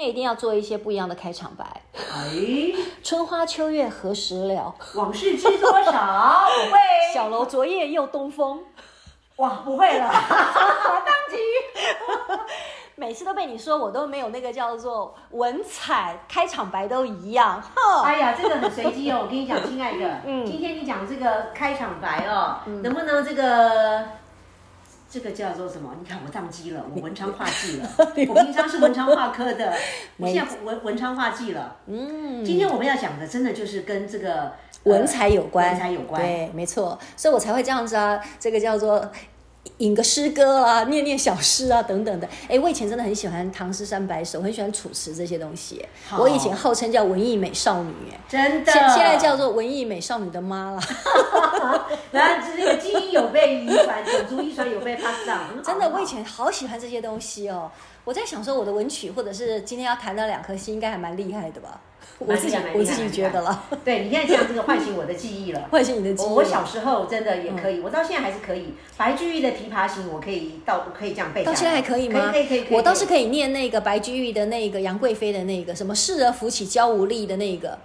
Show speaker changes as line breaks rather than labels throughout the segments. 那一定要做一些不一样的开场白。
哎，
春花秋月何时了？
往事知多少？ 我会
小楼昨夜又东风。
哇，不会了， 当机。
每次都被你说，我都没有那个叫做文采，开场白都一样。哼，
哎呀，这个很随 机哦。我跟你讲，亲爱的，
哦嗯
今天你讲这个开场白哦，能不能这个这个叫做什么？你看我宕机了，我文昌化忌 了。
哎
我平常是文昌化科的，我现在文文昌化忌了。嗯，今天我们要讲的真的就是跟这个呃
文采有关，
文采有关。
对，没错，所以我才会这样子啊，这个叫做。引个诗歌啊，念念小诗啊，等等的。哎，我以前真的很喜欢唐诗三百首，很喜欢楚辞这些东西。
好
我以前号称叫文艺美少女，哎
真的，
现现在叫做文艺美少女的妈 啦。
然后这个基因有被遗传，种族遗传有被 pass down。嗯
真的，我以前好喜欢这些东西哦。我在想说，我的文曲或者是今天要谈的两颗星，应该还蛮厉害的吧？我自己
蛮厉害
我自己觉得啦。
对你现在这样这个唤醒我的记忆了。
唤醒你的记忆。
哦
嗯
我我小时候真的也可以，我到现在还是可以。白居易的《琵琶行》，我可以到可以这样背下
到
来。
现在还可以吗？
可以可以可以。可以
我倒是可以念那个白居易的那个杨贵妃的那个什么“侍而扶起娇无力”的那个，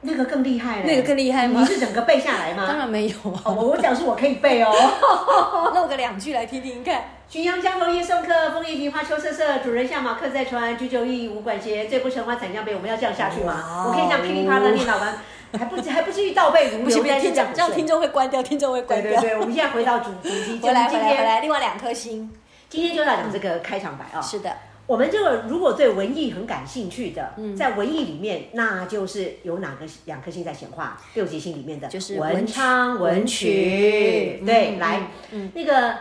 那个更厉害了，
那个更厉害吗
你是整个背下来吗？
当然没有
哦。
啊。
我我讲是我可以背哦。
露个两句来听听看。
浔阳江楼夜送客，枫叶荻花秋瑟瑟。主人下马客在船，居酒意无管弦。醉不成欢惨相悲。我们要这样下去吗
哇？哦
我可以这样噼里啪啦念到完，还不还不至于倒背如流。
不行不行，
但是
听讲这样
不顺
听众会关掉，听众会关
对
掉。
对对，我们现在回到主主 题，
回
就是
来
今
回来回
天
来，另外两颗星。
今天就要讲这个开场白啊、
是 的，
我们这个如果对文艺很感兴趣的，
嗯
在文艺里面，那就是有哪个两颗星在显化六级星里面的，
就是文
文昌文曲。
文曲
对，
嗯
来，那个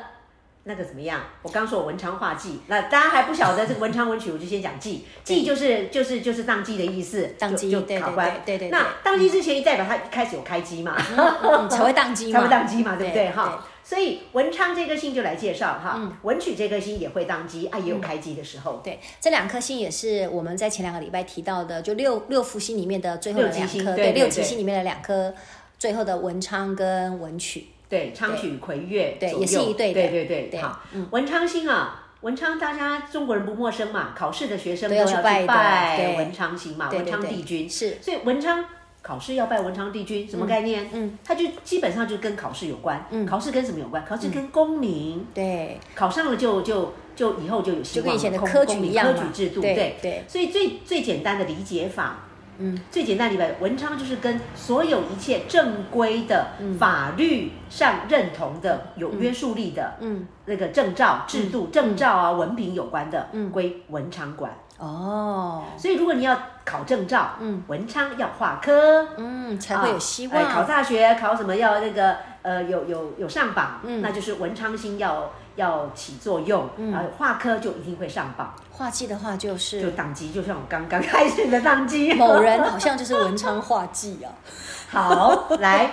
那个怎么样？我刚说我文昌化忌，那大家还不晓得这个文昌文曲，我就先讲忌。忌就是就是就是当机的意思，
当机
就
对
就考官。
对对对对对
那当机之前，代表他一开始有开机嘛？
嗯才会宕机
才
嘛。嗯
会宕机嘛，对不对
对嗯
哈？所以文昌这颗星就来介绍哈，文曲这颗星也会宕机啊，也有开机的时候。
对，这两颗星也是我们在前两个礼拜提到的，就六六福星里面的最后的
六吉
两
星
颗，
对对
六
对
吉星里面的两颗，最后的文昌跟文曲。
对，昌曲魁月
对
左右
也是一对的
对对对，
对嗯
好，文昌星啊。文昌，大家中国人不陌生嘛，考试的学生
都
都
要
要
去
去
拜的
拜
对
文昌星嘛，
对
啊文
对
昌
对
帝君
是
所以文昌考试要拜文昌帝君，什么概念？嗯，它就基本上就跟考试有关。嗯，考试跟什么有关？考试
嗯
跟功名，
对，
考上了就就就以后就有
就
希望
跟以前的
了公
科举
公民
一样
科
嘛
举制度
对
对
对
所以最最简单的理解法，嗯，最简单的理解，文昌就是跟所有一切正规的、
嗯
法律上认同的、有约束力的，嗯，那个证照制度、
嗯
证照啊、文凭有关的，嗯，归文昌管。
哦，
所以如果你要考证照，嗯，文昌要化科，
嗯，才会有希望。
啊哎考大学考什么要那个呃有有有上榜，
嗯
那就是文昌星要要起作用，然后化科就一定会上榜，
画技的话就
就是宕机，就像我刚刚开始的宕机。
某人好像就是文昌画技啊，
好来，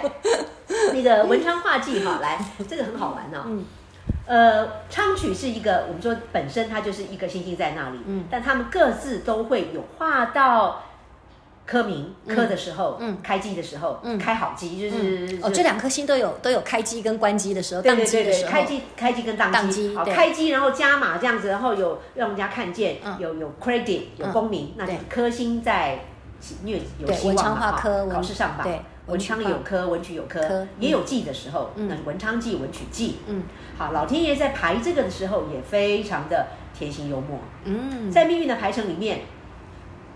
那个文昌化忌哈， 来这个很好玩哦。
嗯
呃，昌曲是一个，我们说本身它就是一个星星在那里，
嗯
但他们各自都会有化到科名科的时候，开机的时候，开好机 就是
嗯哦，这两颗星都有都有开机跟关机的时候，
对
宕
对
机
对
的
对，
时候，
开机开机跟宕
宕
机，
机
好
对
开机，然后加码这样子，然后有让人家看见，有有 credit，有功名，那就是
嗯对
科星在虐有
对
希望
文昌
嘛
化
哈
科文
考试上榜
对，
文
文
昌
昌
有科，文曲有科
科，嗯
也有忌的时候，那文昌忌，文曲忌，嗯，好，老天爷在排这个的时候也非常的贴心幽默，
嗯，
在命运的排程里面，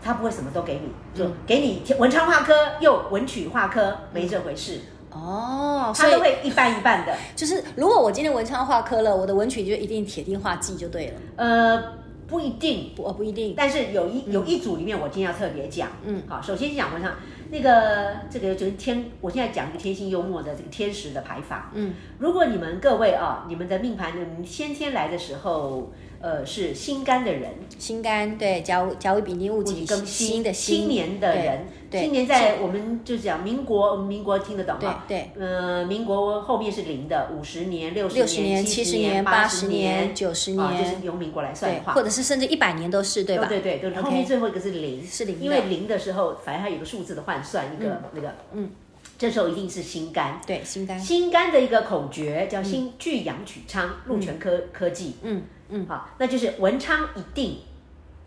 他不会什么都给你，
嗯
就给你文昌化科又文曲化科，没这回事，
哦，所
他
以
都会一半一半的。
就是如果我今天文昌画科了，我的文曲就一定铁定画技就对了，
呃，不一定，
不，哦不一定，
但是有一有一组里面，我今天要特别讲，嗯
嗯，
好，首先讲文昌那个这个就是天，我现在讲一个天性幽默的这个天时的排法，嗯，如果你们各位啊，你们的命盘，你们先天来的时候，呃是心肝的人，
心肝对甲午甲午丙丁戊己
更
新的新
新年的人，
对对
新年在我们就讲民国，民国听得懂哈？
对
呃，民国后面是零的，五十年、六
六
十
十年、七
七
十
年、
年、
八
八
十
十年、九十
啊，就是
年，
用民国来算
对
的，话
或，者是甚至一百年都是对吧？
对对对，后
OK
面最后一个是零，
是零的
因为零的时候，反正它有个数字的换算，一个那个，嗯，这时候一定是心肝。
对心肝，
心肝的一个口诀叫“心聚阳取昌，禄全科科技”。
嗯嗯，
好，那就是文昌一定，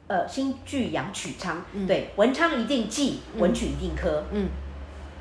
呃，心聚阳取昌，对，文昌一定济，文曲一定科。
嗯，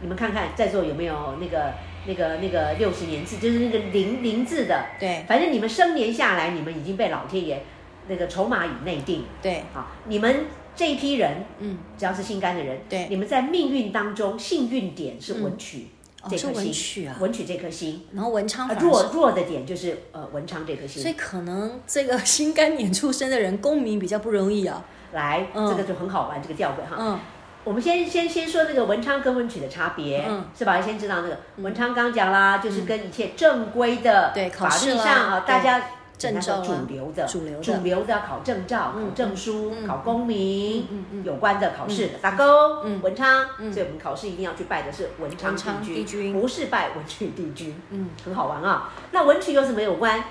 你们看看在座有没有那个那个那个六十年字，就是那个零零字的，
对
反正你们生年下来，你们已经被老天爷那个筹码以内定。
对，
好，你们这一批人，
嗯，
只要是心肝的人，
对
你们在命运当中幸运点是文曲
哦
这颗星，
是文曲啊
文曲这颗星。
然后文昌
啊
反，而
弱
是
弱的点就是呃文昌这颗星，
所以可能这个心肝年出生的人功名比较不容易啊。
来，
嗯
这个就很好玩，这个吊诡哈。
嗯，
我们先先先说那个文昌跟文曲的差别，
嗯
是吧？先知道那个文昌刚讲啦，就是跟一切正规的
对
法
考试
律
啦
上啊，
对
大家
证照啦
主流的
主流的
主流的要考证照、考证书、考公民
嗯嗯
有关的考试打勾，
嗯
文昌。
嗯
所以我们考试一定要去拜的是文昌
文昌
帝
帝君
不是拜文曲帝君。
嗯，
很好玩啊。那文曲有什么有关？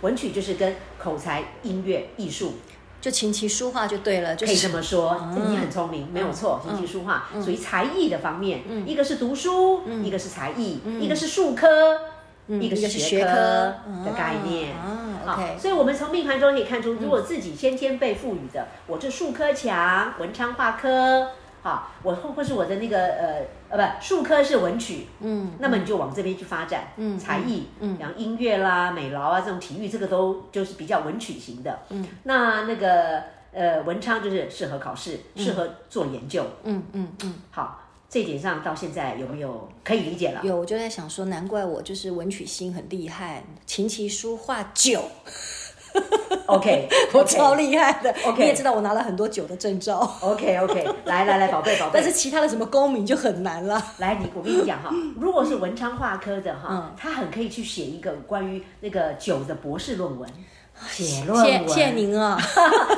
文曲就是跟口才、音乐、艺术
就琴棋书画就对了，就
可以
是
这么说，
嗯
你很聪明，没有错。琴
嗯
棋书画
嗯
属于才艺的方面，
嗯
一个是读书，
嗯
一个是才艺，
嗯
一个是术科，
嗯
一个是学科的概念。
啊啊
好
，OK，
所以我们从命盘中可以看出，如果自己先天被赋予的，我这术科强，文昌化科，好，我或或是我的那个呃呃不，术科是文曲，
嗯，
那么你就往这边去发展，
嗯
才艺，
嗯嗯
然后音乐啦、美劳啊这种体育，这个都就是比较文曲型的，
嗯，
那那个呃文昌就是适合考试，适合做研究，
嗯嗯嗯，
好，这一点上到现在有没有可以理解了？
有我就在想说，难怪我就是文曲星很厉害，琴棋书画九，
OK，
我超厉害的。
OK
你也知道我拿了很多九的证照，
OK OK，来来来，宝贝宝贝，
但是其他的什么功名就很难了。
来，你我跟你讲哈，如果是文昌化科的哈
嗯，
他很可以去写一个关于那个酒的博士论文，写论
啊谢
文。
谢您啊，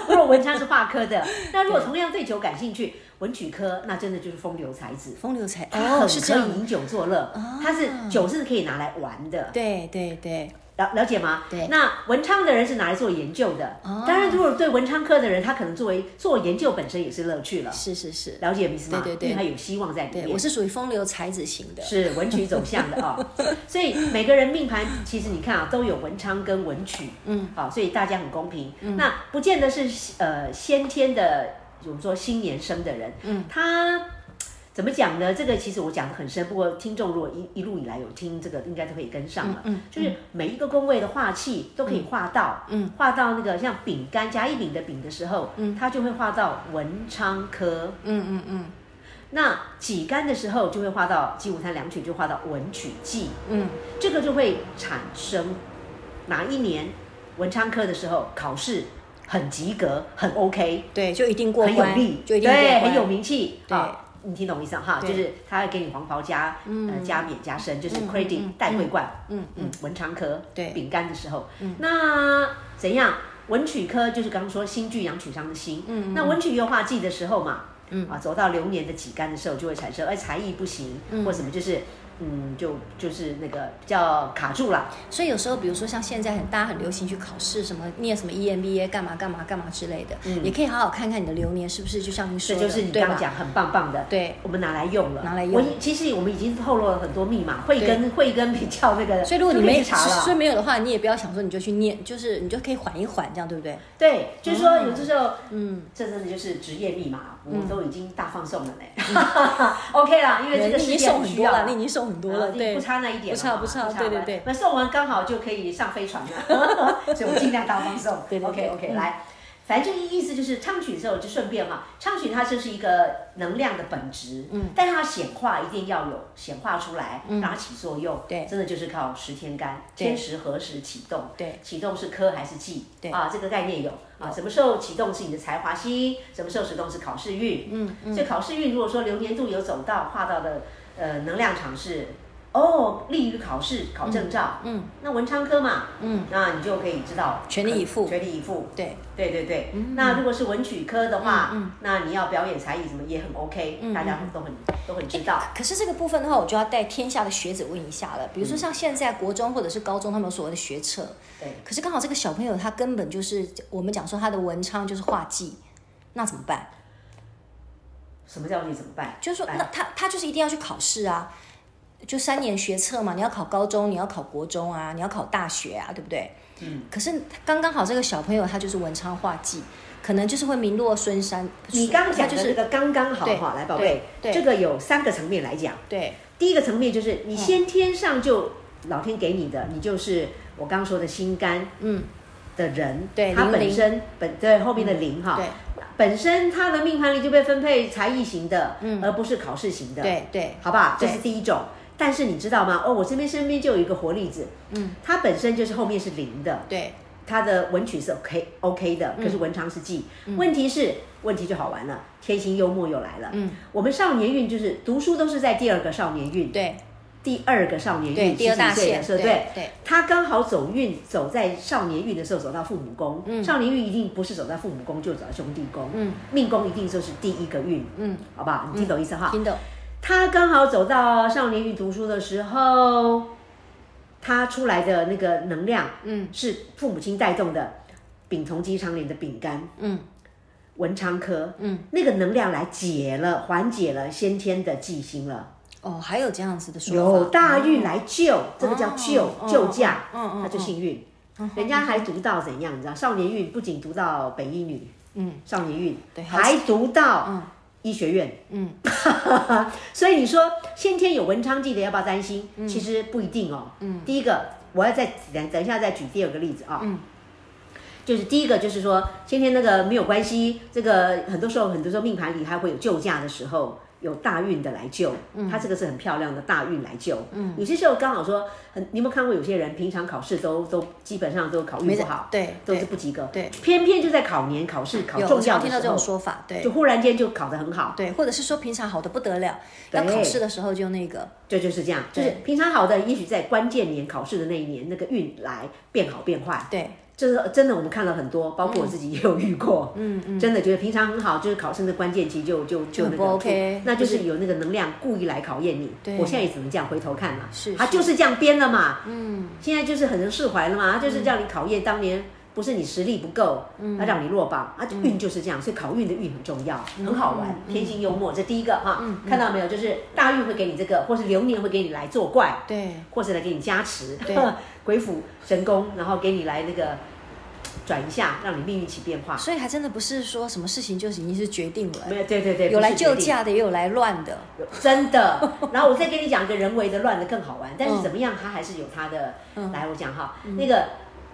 如果文昌是化 科的，那如果同样对酒感兴趣，文曲科那真的就是风流才子，
风流才
他
哦，
很
是这
可以
样，啊
饮酒作乐，他是酒是可以拿来玩的。
对对对，
了了解吗？
对哦
那文昌的人是拿来做研究的。当然，如果对文昌科的人，他可能作为做研究本身也是乐趣了。
是是是，
了解 Miss 吗？
对对对
因为他有希望在里
对
面
我。是属于风流才子型的，
是文曲走向 的啊、所以每个人命盘其实你看啊，都有文昌跟文曲，
嗯，
好、所以大家很公平。那不见得是呃先天的，我们说新年生的人，嗯，他怎么讲呢？这个其实我讲的很深，不过听众如果一一路以来有听这个，应该都可以跟上了。
嗯嗯
就是每一个宫位的化气都可以化到，
嗯，
化到那个像丙干甲乙丙的丙的时候，嗯，它就会化到文昌科，
嗯嗯嗯
那己干的时候就会画到己午贪两曲，就画到文曲忌，
嗯，
这个就会产生哪一年文昌科的时候考试很及格，很 OK，
对，就一定过
很有
关
力，，
就一定过
对，
关，
很有名气
对
啊。你听懂我意思啊哈？
对嗯
就是他会给你黄袍加、呃加冕加身，就是 credit、
嗯嗯
带桂冠，
嗯
嗯，文昌科
对嗯
饼干的时候，那怎样？文曲科就是刚刚说新巨阳曲商的心，嗯，那文曲又化忌的时候嘛，嗯啊，走到流年的己干的时候，就会产生哎才艺不行，或什么就是嗯就就是那个比较卡住了，
所以有时候，比如说像现在很大家很流行去考试，什么念什么 E EMBA 干嘛干嘛干嘛之类的，也可以好好看看你的流年是不是就像你
嗯这
说的，
就是你
对
刚
吧
刚？讲很棒棒的，
对，
我们拿来用了，
拿来用
我已其实我们已经透露了很多密码，慧
对
根慧根比较那个，
所以如果你
就可
没
以去查了，
所以没有的话，你也不要想说你就去念，就是你就可以缓一缓，这样对不对？
对，就是说
嗯
有的时候，
嗯
嗯，这真的就是职业密码，我们都已经大放送了呢。OK 啦，因为这
嗯
个
你已经
世界
送
很
很
需
多
要
了，
啦
你已经送很多
啊
了，
你
对，
不差那一点
不
了
差
嘛
不差，对对对。
那送完刚好就可以上飞船了， 所以我尽量大放送。
对对对
OK OK，
嗯
来。反正意思就是唱曲的时候就顺便哈，唱曲它就是一个能量的本质，嗯，但是它显化一定要有显化出来，让它起作用，
嗯对
真的就是靠十天干，
对
天时何时启动，
对，
启动是科还是技，
对
啊，这个概念有啊，什么时候启动是你的才华星，什么时候启动是考试
嗯
运，嗯，所以考试运如果说流年度有走到画到的呃能量场是哦，利于考试考证照，
嗯
那文昌科嘛，
嗯，
那你就可以知道
全力以赴
全力以赴。
对，
对对对，那如果是文曲科的话，
嗯嗯
那你要表演才艺什么也很 OK，、
嗯
大家都很都很知道。
可是这个部分的话，我就要带天下的学者问一下了。比
嗯
如说像现在国中或者是高中，他们有所谓的学测，
对，
可是刚好这个小朋友他根本就是我们讲说他的文昌就是画技，那怎么办？
什么叫你怎么办？
就是说，
哎
那他他就是一定要去考试啊，就三年学测嘛，你要考高中，你要考国中啊，你要考大学啊，对不对？
嗯。
可是刚刚好这个小朋友他就是文昌画技，可能就是会名落孙山。
你刚刚讲
他就
的这
是
个刚刚好
对
哈，来宝贝，
对对
这个有三个层面来讲。
对，
第一个层面就是你先天上就老天给你的，你就是我刚刚说的心肝
嗯，
的人，
对
他
灵
本
灵
身本对后面的灵哈，
对
本身他的命盘里就被分配才艺型的，
嗯
而不是考试型的，，
对对，
好不好？这
对
是第一种。但是你知道吗？哦，我这边身边就有一个活例子，
嗯，
他本身就是后面是零的，
对，
他的文曲是 OK OK
嗯
的，可是文昌是忌。问题是问题就好玩了，天星幽默又来了。
嗯，
我们少年运就是读书都是在第二个少年运，
对
第二个少年
对，
运，
第二大
17岁的
线，
时候
对
对。
对，
他刚好走运，走在少年运的时候走到父母宫，少年运一定不是走在父母宫，就走到兄弟宫，
嗯
命宫一定就是第一个运，
嗯，
好不好？你听懂意思哈？
听懂，
他刚好走到少年运读书的时候，他出来的那个能量
嗯
是父母亲带动的，丙酮肌长联的丙肝
嗯
文昌科，
嗯，
那个能量来解了，缓解了先天的忌星了，
哦，还有这样子的说法，
有大运来救，这个叫救、
哦
救驾，
嗯嗯嗯嗯
他就幸运。人家还读到怎样，你知道？少年运不仅读到北医女，
嗯，
少年运，
对
还读
嗯
到医学院，
嗯，
所以你说先天有文昌忌的要不要担心？
嗯
其实不一定哦。嗯，第一个我要再等等一下再举第二个例子啊、
嗯
就是第一个就是说先天那个没有关系，这个很多时候很多时候命盘里还会有救驾的时候。有大运的来救，
嗯
他这个是很漂亮的大运来救。嗯，有些时候刚好说，很你有没有看过有些人平常考试都都基本上都考运
没
不
得
好，
对
都是
对
不及格，
对，
偏偏就在考年考试考
有
重
我
要
常
的
听到这
时
种
候，
说法，对
就忽然间就考得很好，
对，或者是说平常好的不得了，要
对
考试的时候就那个，
这就是这样，就
对
是平常好的，也许在关键年考试的那一年，那个运来变好变坏，
对
这是真的，我们看了很多，包
嗯
括我自己也有遇过，嗯嗯， 真的觉得平常很好，就是考生的关键期就就就那
很
个
不 OK，
那就是有那个能量故意来考验你。
对
我现在也只能这样回头看了，
是
他
是
就是这样编的嘛，嗯，现在就是很能释怀了嘛，他
嗯
就是让你考验当年。不是你实力不够，他让你落榜，啊，
嗯
运就是这样，所以考运的运很重要，很好玩，天性幽默，这第一个哈，
嗯
看到没有？就是大运会给你这个，或是流年会给你来作怪，
对
或者来给你加持，
对
鬼斧神工，然后给你来那个转一下，让你命运起变化。
所以还真的不是说什么事情就已经是决定了，
没有，对对对，
有来
不是
救
决定，
驾的，也有来乱的，
有真 的。然后我再跟你讲一个人为的乱的更好玩，但
嗯
是怎么样，它还是有它的。
嗯
来，我讲哈，那个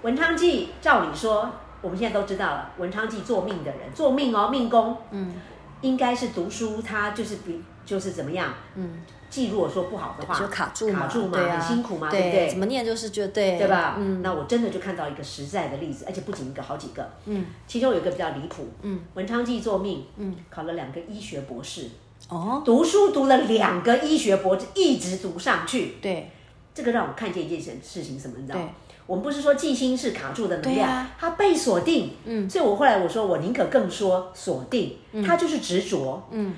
文昌记，照理说我们现在都知道了，文昌记做命的人，做命哦，命宫
嗯
应该是读书，他就是比就是怎么样，
嗯，
记如果说不好的话，
就卡住嘛，
卡住嘛，
对啊，
很辛苦嘛，对不
对
对？
怎么念就是觉得对，
对吧？
嗯
那我真的就看到一个实在的例子，而且不仅一个，好几个。
嗯，
其中有一个比较离谱，
嗯，
文昌记做命，
嗯，
考了两个医学博士，
哦，
读书读了两个医学博士，一直读上去。
对
这个让我看见一件事事情，什么你知道
对
吗？我们不是说记心是卡住的能
对
量，
啊
它被锁定。
嗯，
所以我后来我说，我宁可更说锁定，他就是执着，
嗯，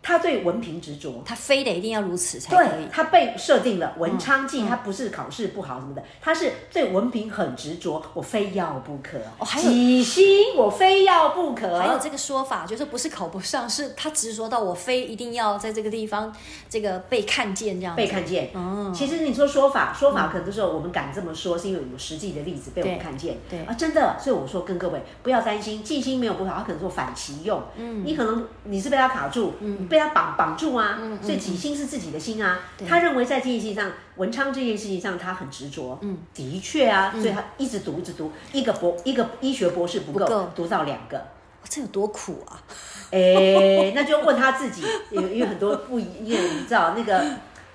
他对文凭执着，
他非得一定要如此才可
对
以，，嗯
他被设定了文昌记，他不是考试不好什么的，他是对文凭很执着，我非要不可。
哦还有
几星我非要不可。
还有这个说法，就是不是考不上，是他执着到我非一定要在这个地方这个被看见这样子
被看见。
哦
其实你说说法，说法可能时候我们敢这么说，是因为有实际的例子被我们看见。
对
啊，真的，所以我说跟各位不要担心，记心没有不好，他可能说反其用。嗯，你可能你是被他卡住，嗯，被他绑绑住啊。嗯，所以己心是自己的心啊。他认为在这件事情上，文昌这件事情上他很执着。嗯，的确啊，所以他一直读，一直读，一个博一个医学博士不
不够
够，读到两个。
哇这有多苦啊！
哎，那就问他自己，因为因为很多不一，因为你知道那个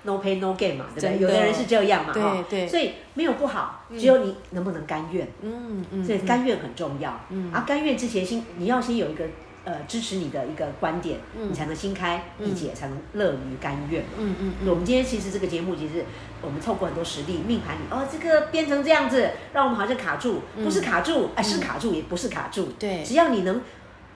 no pain no gain 嘛，对不对？
真的
有的人是这样嘛，
对
哈
对嗯
所以没有不好，只有你能不能甘愿，
嗯嗯，嗯
所以甘愿很重要。啊，甘愿之前先你要先有一个呃支持你的一个观点，
嗯
你才能心开意解，才能乐于甘愿嘛。
嗯嗯
我们今天其实这个节目，其实我们透过很多实例命盘里，哦，这个变成这样子，让我们好像卡住，不是卡住，哎、是卡住，也不是卡住。
嗯对嗯
只要你能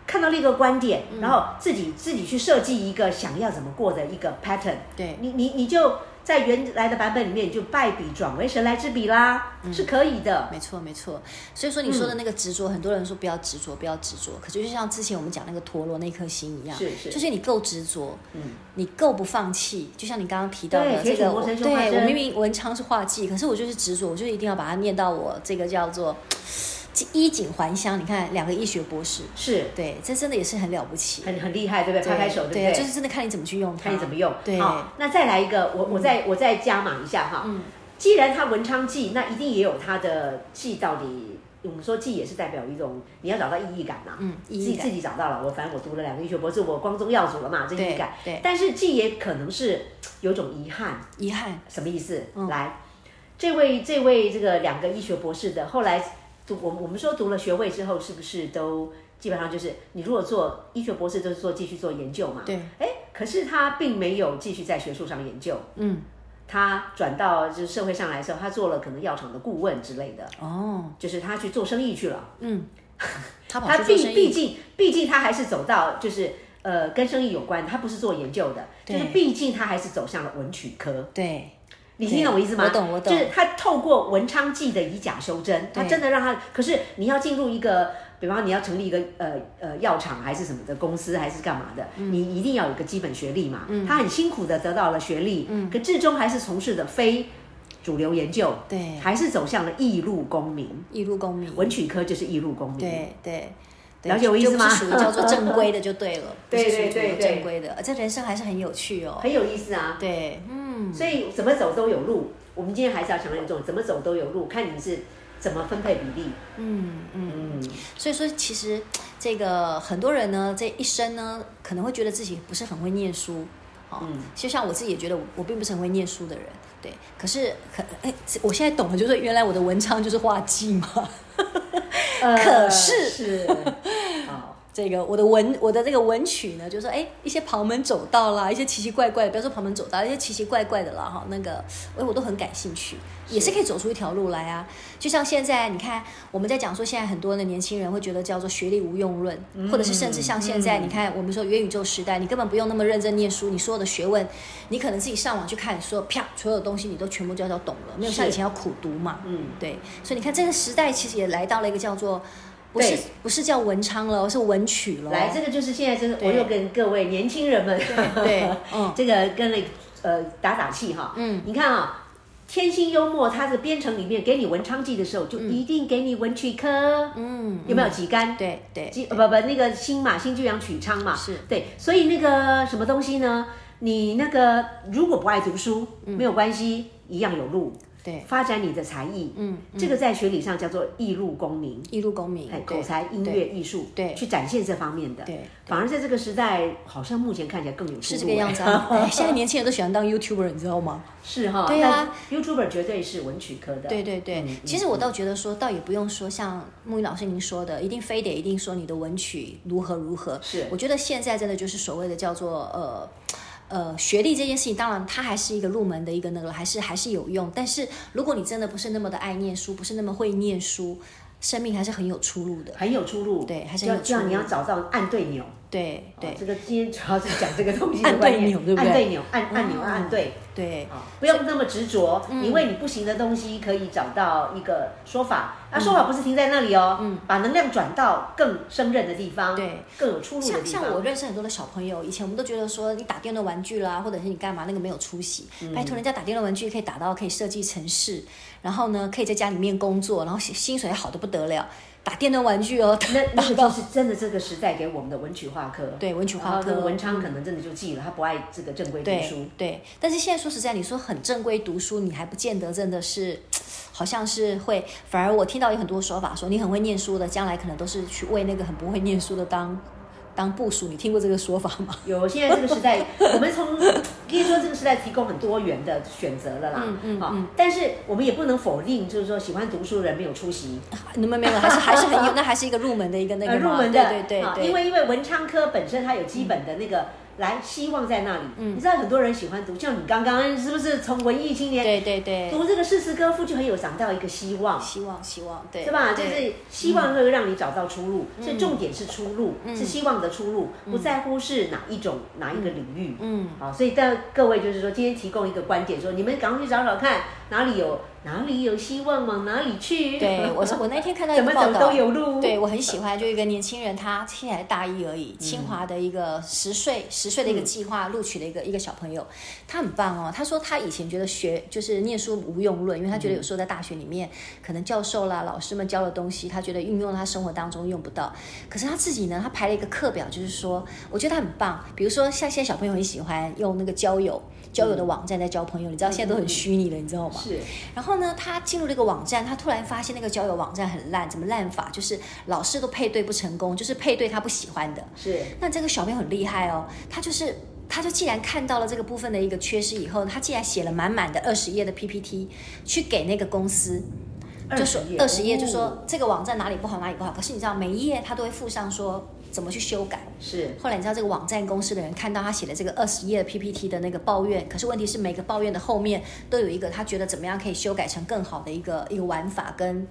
看到那个观点，然后自己自己去设计一个想要怎么过的一个 pattern，
对
你你你就在原来的版本里面，你就败笔转为神来之笔啦，
嗯
是可以的。
没错，没错。所以说你说的
嗯
那个执着，很多人说不要执着，不要执着。可就像之前我们讲那个陀螺那颗心一样，
是是
就是你够执着，
嗯，
你够不放弃。就像你刚刚提到的
对
这
铁杵
个，
磨
我
成
对
绣花针
我明明文昌是画技，可是我就是执着，我就一定要把它念到我这个叫做衣锦还乡。你看，两个医学博士，
是
对，这真的也是很了不起。
很很厉害，对不对？
对
拍拍手，对不
对
对？
就是真的看你怎么去用它，
看你怎么用。
对，
好，那再来一个，我我再、我再加码一下哈。
嗯
既然它文昌忌，那一定也有它的忌到底。我们说忌也是代表一种你要找到意义感呐、
嗯
自
意义
己
感
自己找到了。我反正我读了两个医学博士，我光宗耀祖了嘛，这意义感。
对对
但是忌也可能是有种遗憾，
遗憾，
什么意思？
嗯
来，这位这位这个两个医学博士的，后来读我们我们说读了学位之后，是不是都基本上就是你如果做医学博士，就是做继续做研究嘛？
对。
哎，可是他并没有继续在学术上研究，
嗯，
他转到就是社会上来的时候，他做了可能药厂的顾问之类的，
哦，
就是他去做生意去了。
嗯，他跑
他
去做
毕
生
毕
意，
竟毕竟他还是走到就是呃跟生意有关，他不是做研究的，就是
对
毕竟他还是走向了文曲科。
对，
你听懂我意思吗？
我懂我懂
就是他透过文昌记的以假修真，他
对
真的让他。可是你要进入一个，比方你要成立一个呃呃药厂还是什么的公司还是干嘛的，
嗯
你一定要有个基本学历嘛。他很辛苦的得到了学历，
嗯
可至终还是从事的非主流研究，
对
还是走向了异路公民。
一路公民，
文曲科就是异路公民，
对对。对
了解我意思吗
就不 是属于叫做正规的就对了，
对
不是属于
对对
主流正规的，而且人生还是很有趣哦。
很有意思啊。
对，嗯，
所以怎么走都有路。我们今天还是要强调一种，怎么走都有路，看你是怎么分配比例。嗯嗯。
所以说其实这个很多人呢，这一生呢，可能会觉得自己不是很会念书，哦，
嗯
就像我自己也觉得我我并不是很会念书的人，对，可是可哎，我现在懂了，就是原来我的文昌就是画技嘛，可呃是
是， 哦，
这个我的文我的这个文曲呢，就是说哎一些旁门左道啦，一些奇奇怪怪的，不要说旁门左道，一些奇奇怪怪的啦哈，那个哎我都很感兴趣，也是可以走出一条路来啊。就像现在你看我们在讲说，现在很多的年轻人会觉得叫做学历无用论，或者是甚至像现在你看我们说元宇宙时代，你根本不用那么认真念书，你所有的学问，你可能自己上网去看，所有啪所有东西你都全部叫做懂了，没有像
是
以前要苦读嘛。
嗯，
对，所以你看这个时代其实也来到了一个叫做。不是
对
不是叫文昌了，是文曲了。
来，这个就是现在真的，
对
我又跟各位年轻人们，
对嗯
这个跟了呃打打气哈，
嗯，
你看啊。天星幽默，它的编程里面给你文昌记的时候，就一定给你文曲科，
嗯，
有没有几干？
对对
鸡呃不不，那个星嘛，星就阳曲昌嘛，
是
对，所以那个什么东西呢？你那个如果不爱读书，没有关系，一样有路，
嗯对，
发展你的才艺，
嗯，
这个在学理上叫做艺路公民，
一路公民
哎，，
对
口才、音
对
乐、艺术，
对
去展现这方面的，
对
反而在这个时代，好像目前看起来更有出
是
路
这个样子啊。哎现在年轻人都喜欢当 YouTuber，你知道吗？
是哈，
对啊
但，YouTuber 绝对是文曲科的，嗯
对对对，其实我倒觉得说，倒也不用说像木鱼老师您说的，一定非得一定说你的文曲如何如何。
是
我觉得现在真的就是所谓的叫做呃。呃，学历这件事情，当然它还是一个入门的一个那个，还是还是有用。但是如果你真的不是那么的爱念书，不是那么会念书，生命还是很有出路的。
很有出路，
对还是
要
很有出
要你
路
要找到按对钮，
对对
哦这个今天主要是讲这个 东西的
按
观
对
念
钮对不对
按对钮，按按钮，
嗯
按对。
对，
啊，不用那么执着，
嗯
你为你不行的东西可以找到一个说法，那
嗯
说法不是停在那里哦，把能量转到更胜任的地方，
对，
更有出路的
像
地
像我
方。
认识很多的小朋友，以前我们都觉得说你打电动玩具啦，或者是你干嘛那个没有出息。
嗯
拜托，人家打电动玩具可以打到可以设计城市，然后呢可以在家里面工作，然后薪薪水好的不得了。打电动玩具哦，
那那个 就是真的这个时代给我们的文曲化科，
对文曲化科
然后那个文昌可能真的就记了，他不爱这个正规读书
对， 对。但是现在说实在，你说很正规读书，你还不见得真的是，好像是会。反而我听到有很多说法说，你很会念书的，将来可能都是去为那个很不会念书的当当部署，你听过这个说法吗？
有，现在这个时代，我们从可以说这个时代提供很多元的选择了啦。
嗯嗯
好
嗯
但是我们也不能否定，就是说喜欢读书的人没有出息，
你们没有，还是还是很有，那还是一个入门的一个那个
呃，入
嘛
门的
对对对
啊
对，嗯
因为因为文昌科本身它有基本的那个。来，希望在那里。你知道很多人喜欢读，像你刚刚是不是从文艺青年
对对对，
读这个诗词歌赋就很有想到一个希望，
希望希望对，
对吧？就
对嗯
是希望会让你找到出路，所以重点是出路，是希望的出路，不在乎是哪一种哪一个领域。
嗯
好，所以但各位就是说，今天提供一个观点，说你们赶快去找找看，哪里有哪里有希望，往哪里去。
对，我是我那天看到一
怎
个
么
报
走
道
都，有路。
对我很喜欢，就一个年轻人，他现在大一而已，清华的一个十岁十岁的一个计划录取的一个一个小朋友，他很棒哦。他说他以前觉得学就是念书无用论，因为他觉得有时候在大学里面，可能教授啦、老师们教的东西，他觉得运用到他生活当中用不到。可是他自己呢，他排了一个课表，就是说，我觉得他很棒。比如说像现在小朋友很喜欢用那个交友交友的网站在交朋友，你知道现在都很虚拟了，你知道吗？
是
然后呢，他进入了一个网站，他突然发现那个交友网站很烂，怎么烂法？就是老师都配对不成功，就是配对他不喜欢的。
是，
那这个小朋友很厉害哦，他就是他就既然看到了这个部分的一个缺失以后，他竟然写了满满的二十页的 PPT 去给那个公司，就说
20页
二十页就说
哦
这个网站哪里不好哪里不好。可是你知道每一页他都会附上说怎么去修改。
是
后来你知道这个网站公司的人看到他写的这个二十页的 PPT 的那个抱怨，可是问题是每个抱怨的后面都有一个他觉得怎么样可以修改成更好的一个一个玩法跟。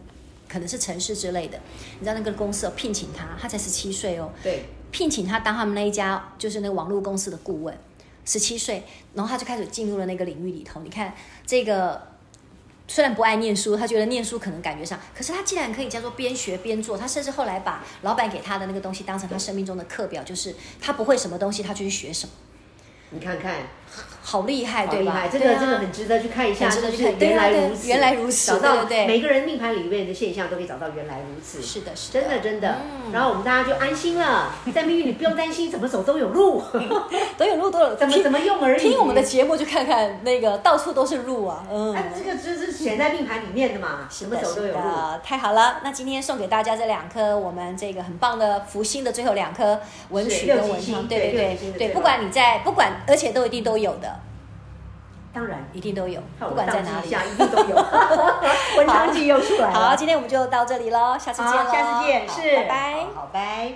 可能是城市之类的，你知道那个公司有聘请他，他才十七岁哦，
对，
聘请他当他们那一家就是那个网络公司的顾问，十七岁，然后他就开始进入了那个领域里头。你看这个虽然不爱念书，他觉得念书可能感觉上，可是他既然可以叫做边学边做，他甚至后来把老板给他的那个东西当成他生命中的课表，就是他不会什么东西，他就去学什么，
你看看，
好厉害，
好
对
厉
吧？
害，这
对
个
啊
这个很值得去看一下，
很值得
就
去
是
看对
原
啊
来
对
如此，
原来如此
找
对
到
对对
每个人命盘里面的现象都可以找到原来如此，
是的，是
真的真的。然后我们大家就安心了，在命运里不用担心，怎么走都有 路，
都有路都有，
怎么
听
怎么用而已。
听我们的，节目就看看那个到处都是路啊，嗯。
哎，这个就是写在命盘里面的嘛，
是
怎么
的，
走
嗯
都
是
有路。
的，太好了！那今天送给大家这两颗我们这个很棒的福星的最后两颗文曲
是
跟
六
文
吉星
昌，
对
对
六
对
吉星的
对
最
不
后
管你在，不管，而且都一定都有的，
当然，
一定都有，不
看我
管
们
在
档
哪
期一
里。
下，一定都有。 文昌记又出来了，
好，今天我们就到这里喽，下次见
好，
喽，
下次见，
好
是，
拜拜。
好，好拜。